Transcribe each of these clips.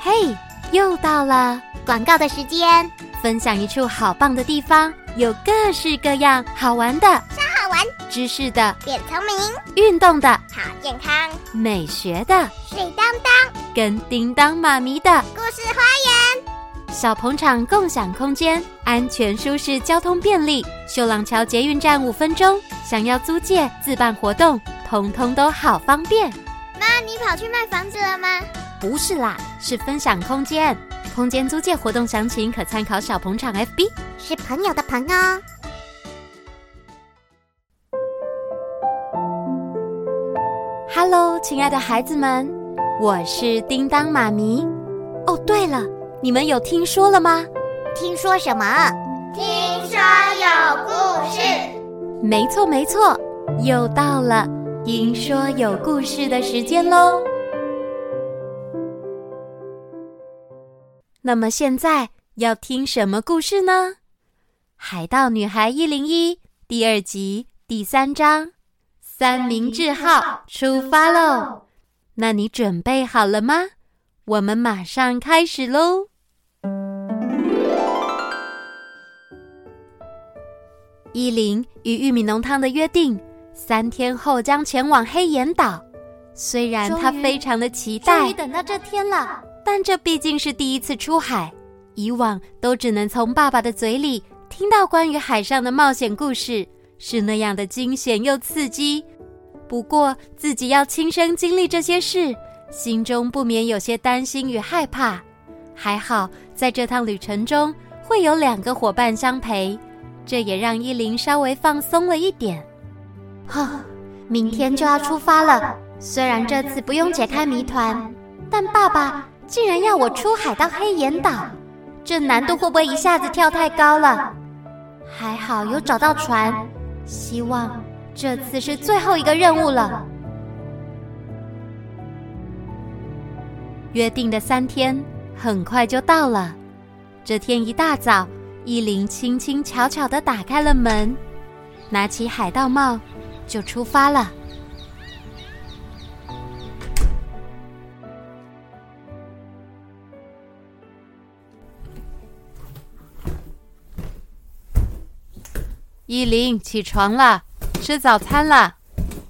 嘿、hey,，又到了广告的时间，分享一处好棒的地方，有各式各样好玩的、好玩、知识的、变聪明、运动的、好健康、美学的、水当当跟叮当妈咪的故事花园。小鹏场共享空间，安全舒适，交通便利。秀朗桥捷运站五分钟，想要租借、自办活动，通通都好方便。妈，你跑去卖房子了吗？不是啦，是分享空间。空间租借活动详情可参考小鹏场 FB。是朋友的朋哦。 Hello，亲爱的孩子们，我是叮当妈咪。哦，对了，你们有听说了吗？听说什么？听说有故事。没错没错，又到了听说有故事的时间喽。那么现在要听什么故事呢？《海盗女孩一零一》第二集第三章，三明治号出发喽！那你准备好了吗？我们马上开始喽！伊林与玉米浓汤的约定，三天后将前往黑岩岛。虽然他非常的期待，终于等到这天了。但这毕竟是第一次出海，以往都只能从爸爸的嘴里听到关于海上的冒险故事，是那样的惊险又刺激。不过自己要亲身经历这些事，心中不免有些担心与害怕。还好在这趟旅程中会有两个伙伴相陪，这也让依林稍微放松了一点。哈，哦明天就要出发了，虽然这次不用解开谜团，但爸爸。竟然要我出海到黑岩岛，这难度会不会一下子跳太高了？还好有找到船，希望这次是最后一个任务了。约定的三天很快就到了。这天一大早，依林轻轻巧巧的打开了门，拿起海盗帽就出发了。依琳，起床啦，吃早餐啦！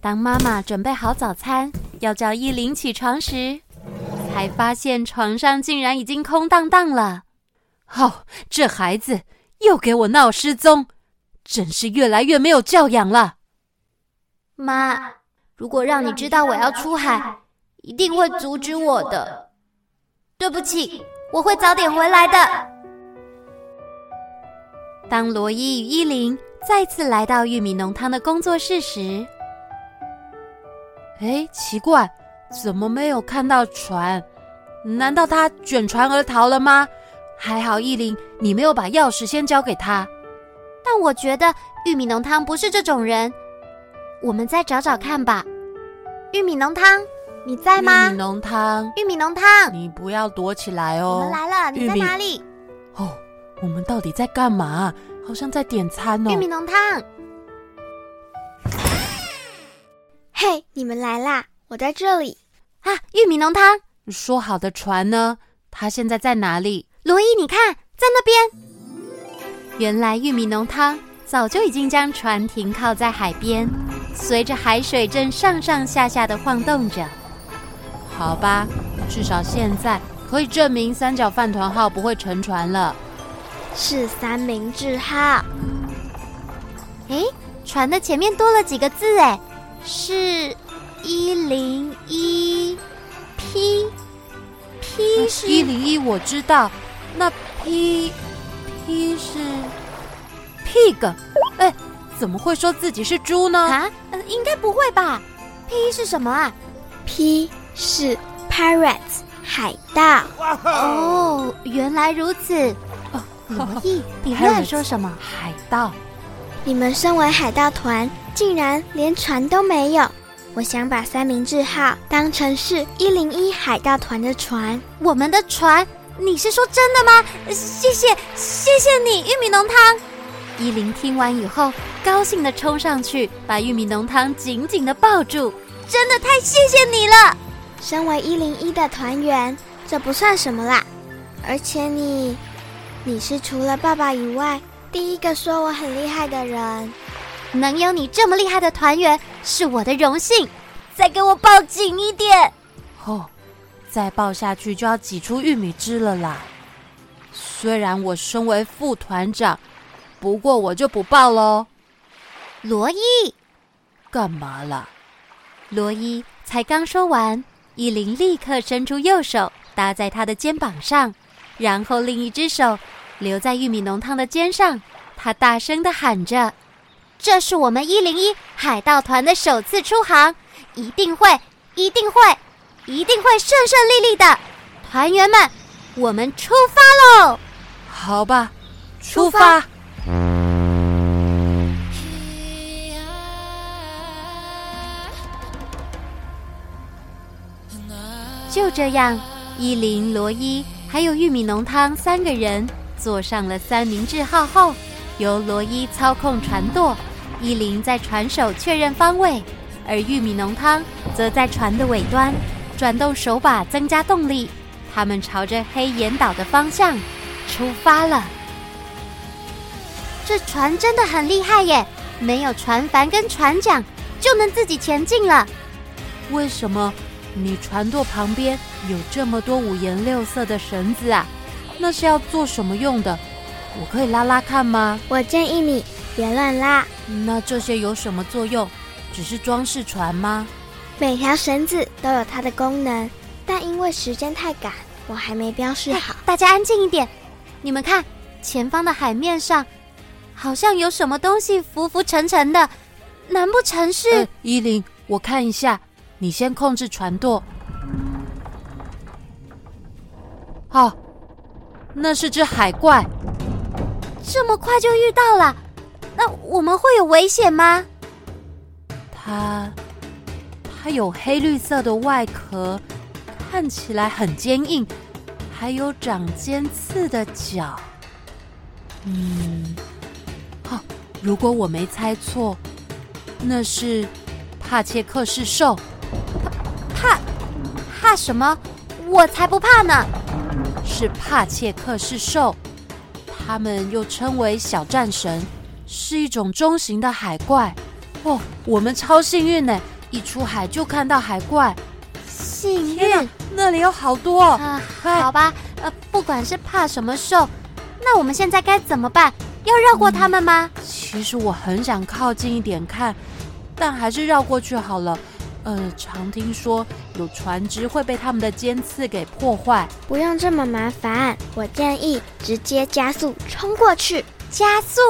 当妈妈准备好早餐，要叫依琳起床时，才发现床上竟然已经空荡荡了。哦，这孩子又给我闹失踪，真是越来越没有教养了。妈，如果让你知道我要出海，一定会阻止我的。对不起，我会早点回来的。当罗伊与依琳。再次来到玉米浓汤的工作室时，哎，奇怪，怎么没有看到船？难道他卷船而逃了吗？还好依琳，你没有把钥匙先交给他。但我觉得玉米浓汤不是这种人，我们再找找看吧。玉米浓汤，你在吗？玉米浓汤，玉米浓汤，你不要躲起来哦。我们来了，你在哪里？哦，我们到底在干嘛？好像在点餐哦，玉米浓汤。嘿、hey,，你们来啦！我在这里啊，玉米浓汤。说好的船呢？它现在在哪里？罗伊，你看，在那边。原来玉米浓汤早就已经将船停靠在海边，随着海水正上上下下的晃动着。好吧，至少现在可以证明三角饭团号不会沉船了。是三明治号。诶，船的前面多了几个字，诶，是一零一 P P 是一零一，我知道。那 P P 是 pig，哎，怎么会说自己是猪呢？啊，呃、应该不会吧？P 是什么啊？P 是 parrot 海盗。哦，原来如此。嗯罗伊，你乱说什么？海盗！你们身为海盗团，竟然连船都没有！我想把三明治号当成是一零一海盗团的船。我们的船？你是说真的吗？谢谢，谢谢你，玉米浓汤。依琳听完以后，高兴的冲上去，把玉米浓汤紧紧的抱住。真的太谢谢你了！身为一零一的团员。这不算什么啦。而且你，你是除了爸爸以外第一个说我很厉害的人。能有你这么厉害的团员是我的荣幸，再给我抱紧一点。哦，再抱下去就要挤出玉米汁了啦。虽然我身为副团长，不过我就不抱喽。罗伊，干嘛啦？罗伊才刚说完，伊琳立刻伸出右手搭在他的肩膀上，然后另一只手留在玉米浓汤的肩上。他大声的喊着。这是我们一零一海盗团的首次出航，一定会，一定会，一定会顺顺利利的。团员们，我们出发喽！好吧，出发。出发就这样，伊林、罗伊还有玉米浓汤三个人坐上了三明治号后，由罗伊操控船舵。伊林在船首确认方位，而玉米浓汤则在船的尾端转动手把增加动力。他们朝着黑岩岛的方向出发了。这船真的很厉害耶！没有船帆跟船桨，就能自己前进了。为什么你船舵旁边有这么多五颜六色的绳子啊？那是要做什么用的？我可以拉拉看吗？我建议你别乱拉。那这些有什么作用？只是装饰船吗？每条绳子都有它的功能，但因为时间太赶，我还没标示好。大家安静一点！你们看，前方的海面上好像有什么东西浮浮沉沉的，难不成是？呃、依琳，我看一下，你先控制船舵。哦，那是只海怪。这么快就遇到了，那我们会有危险吗？它，它有黑绿色的外壳，看起来很坚硬，还有长尖刺的角。嗯，好、哦，如果我没猜错，那是帕切克氏兽。怕怕什么？我才不怕呢！是帕切克氏兽。它们又称为小战神，是一种中型的海怪。哦，我们超幸运呢，一出海就看到海怪。幸运？那里有好多哦啊、呃！哎好吧，呃，不管是怕什么兽，那我们现在该怎么办？要绕过它们吗、嗯？其实我很想靠近一点看，但还是绕过去好了。呃，常听说有船只会被它们的尖刺给破坏。嗯不用这么麻烦，我建议直接加速冲过去。加速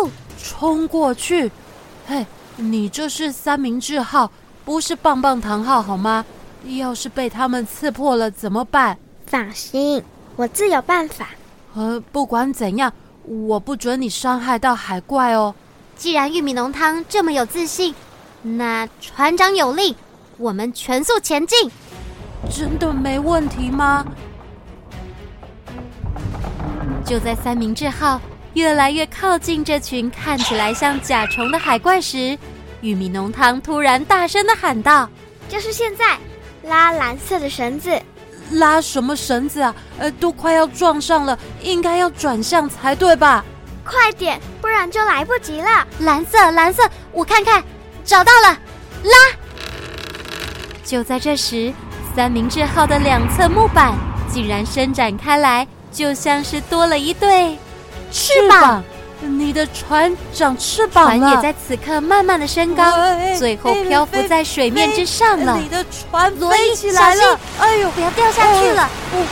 冲过去？嘿，你这是三明治号，不是棒棒糖号好吗？要是被它们刺破了怎么办？放心，我自有办法。呃，不管怎样，我不准你伤害到海怪哦。既然玉米浓汤这么有自信，那船长有令。我们全速前进，真的没问题吗？就在三明治号越来越靠近这群看起来像甲虫的海怪时，玉米浓汤突然大声的喊道：“就是现在！拉蓝色的绳子！拉什么绳子啊？呃，都快要撞上了，应该要转向才对吧？快点，不然就来不及了！蓝色，蓝色，我看看，找到了，拉！”就在这时，三明治号的两侧木板竟然伸展开来，就像是多了一对翅膀。你的船长翅膀船也在此刻慢慢的升高，最后漂浮在水面之上了。你的船飞起来了！哎呦，不要掉下去了！我、哎、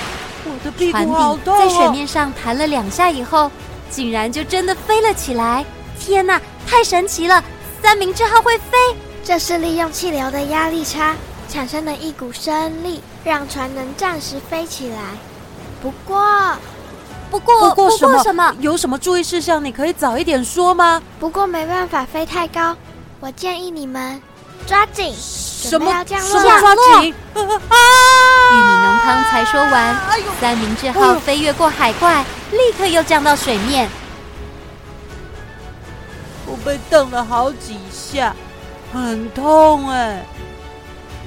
我的屁股好痛、哦！在水面上弹了两下以后，竟然就真的飞了起来！天哪，太神奇了！三明治号会飞，这是利用气流的压力差。产生了一股升力，让船能暂时飞起来。不过，不过，不过什么？什么有什么注意事项？你可以早一点说吗？不过没办法飞太高，我建议你们抓紧，什么要降落？啊哎抓紧！啊！玉米浓汤才说完，三明治号飞越过海怪，立刻又降到水面。我被蹬了好几下，很痛哎、欸。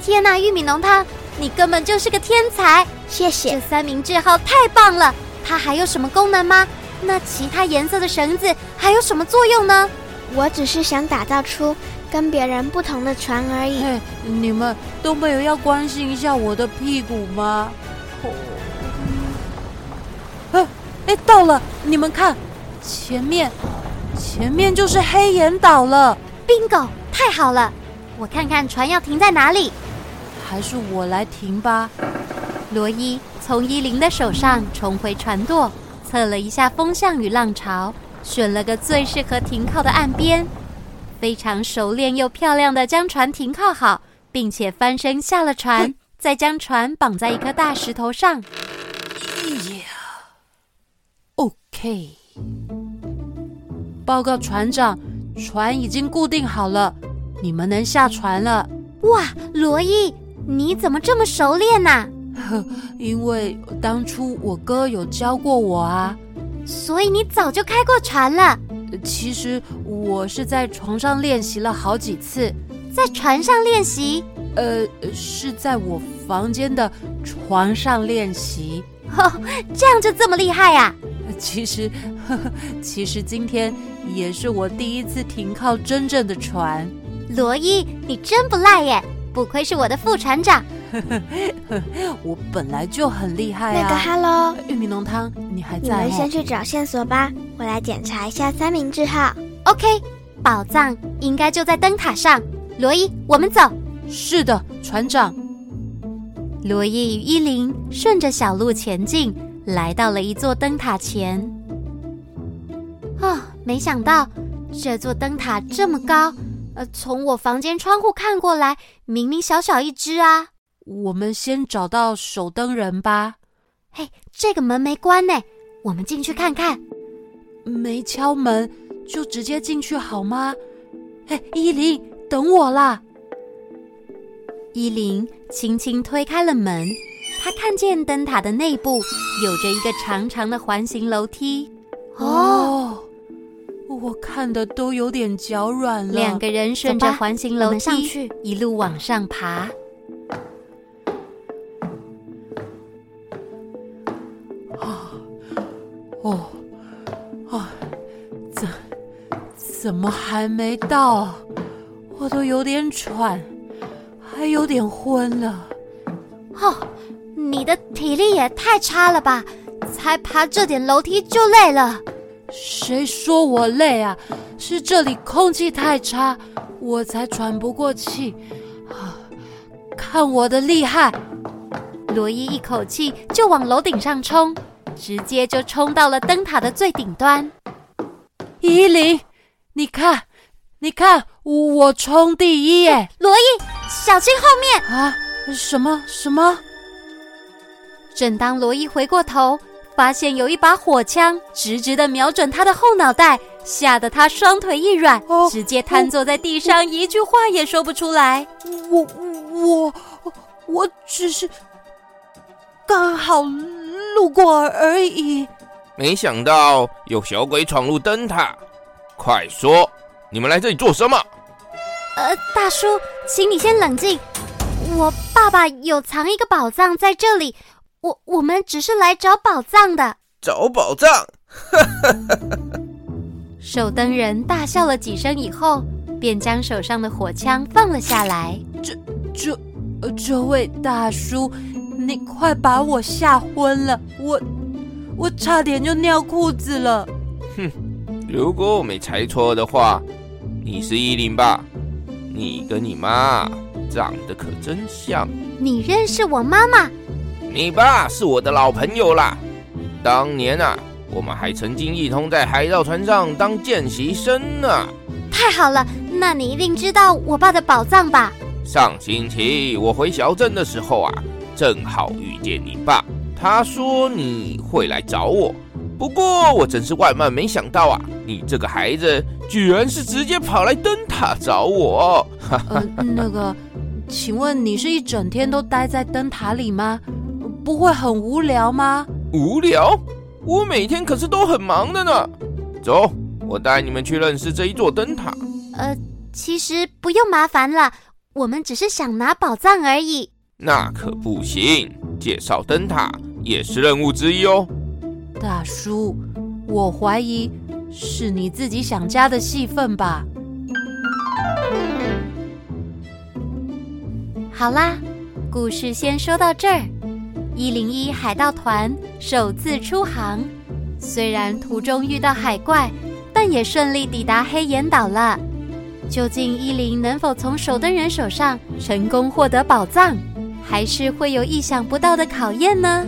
天呐，玉米浓汤，你根本就是个天才！谢谢这。三明治号太棒了！它还有什么功能吗？那其他颜色的绳子还有什么作用呢？我只是想打造出跟别人不同的船而已。嘿，你们都没有要关心一下我的屁股吗？哦，哎哎，到了，你们看，前面，前面就是黑岩岛了， bingo，太好了！我看看船要停在哪里。还是我来停吧。罗伊从伊琳的手上重回船舵，测了一下风向与浪潮，选了个最适合停靠的岸边，非常熟练又漂亮的将船停靠好，并且翻身下 了船，再将船绑在一颗大石头上。哎 OK，报告船长，船已经固定好了，你们能下船了。哇，罗伊，你怎么这么熟练呐、因为当初我哥有教过我啊。所以你早就开过船了，其实我是在床上练习了好几次，在船上练习。呃，是在我房间的床上练习。 这样就这么厉害啊呀、其实， 呵呵，其实今天也是我第一次停靠真正的船。罗伊，你真不赖耶，不愧是我的副船长。我本来就很厉害那个啊。 ，Hello，玉米浓汤，你还你在们哦先？去找线索吧，我来检查一下三明治号。 OK，宝藏应该就在灯塔上。罗伊，我们走。是的，船长。罗伊与伊琳顺着小路前进，来到了一座灯塔前。哦，没想到这座灯塔这么高，呃，从我房间窗户看过来，明明小小一只啊。我们先找到守灯人吧。嘿，这个门没关呢，我们进去看看。没敲门就直接进去好吗？哎，依琳，等我啦！伊琳轻轻推开了门，她看见灯塔的内部有着一个长长的环形楼梯，哦，我看的都有点脚软了。两个人顺走着吧环形我楼们上梯去一路往上爬。哦，哦，怎怎么还没到？我都有点喘，还有点昏了。哦，你的体力也太差了吧，才爬这点楼梯就累了。谁说我累啊？是这里空气太差，我才喘不过气。啊，看我的厉害！罗伊一口气就往楼顶上冲，直接就冲到了灯塔的最顶端。依琳，你看，你看，我冲第一耶！罗伊，小心后面！啊，什么什么？正当罗伊回过头，发现有一把火枪直直的瞄准他的后脑袋，吓得他双腿一软，哦直接瘫坐在地上，一句话也说不出来。我我我我只是刚好路过而已。没想到有小鬼闯入灯塔，快说，你们来这里做什么？呃，大叔，请你先冷静。我爸爸有藏一个宝藏在这里，我我们只是来找宝藏的。找宝藏。守灯人大笑了几声以后，便将手上的火枪放了下来。这呃这位大叔，你快把我吓昏了，我我差点就尿裤子了。如果我没猜错的话，你是依琳吧？你跟你妈长得可真像。你认识我妈妈？你爸是我的老朋友啦，当年啊，我们还曾经一同在海盗船上当见习生呢、太好了，那你一定知道我爸的宝藏吧？上星期我回小镇的时候啊，正好遇见你爸，他说你会来找我。不过我真是万万没想到啊，你这个孩子居然是直接跑来灯塔找我。呃，那个，请问你是一整天都待在灯塔里吗？不会很无聊吗？无聊？我每天可是都很忙的呢。走，我带你们去认识这一座灯塔。呃，其实不用麻烦了，我们只是想拿宝藏而已。那可不行，介绍灯塔也是任务之一哦。大叔，我怀疑是你自己想加的戏份吧？好啦，故事先说到这儿。一零一海盗团首次出航，虽然途中遇到海怪，但也顺利抵达黑岩岛了。究竟伊林能否从守灯人手上成功获得宝藏，还是会有意想不到的考验呢？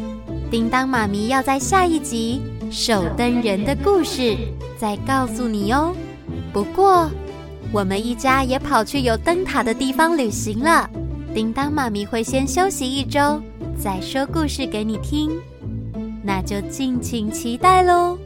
叮当妈咪要在下一集《守灯人的故事》再告诉你哦。不过，我们一家也跑去有灯塔的地方旅行了。叮当妈咪会先休息一周，再说故事给你听，那就敬请期待喽。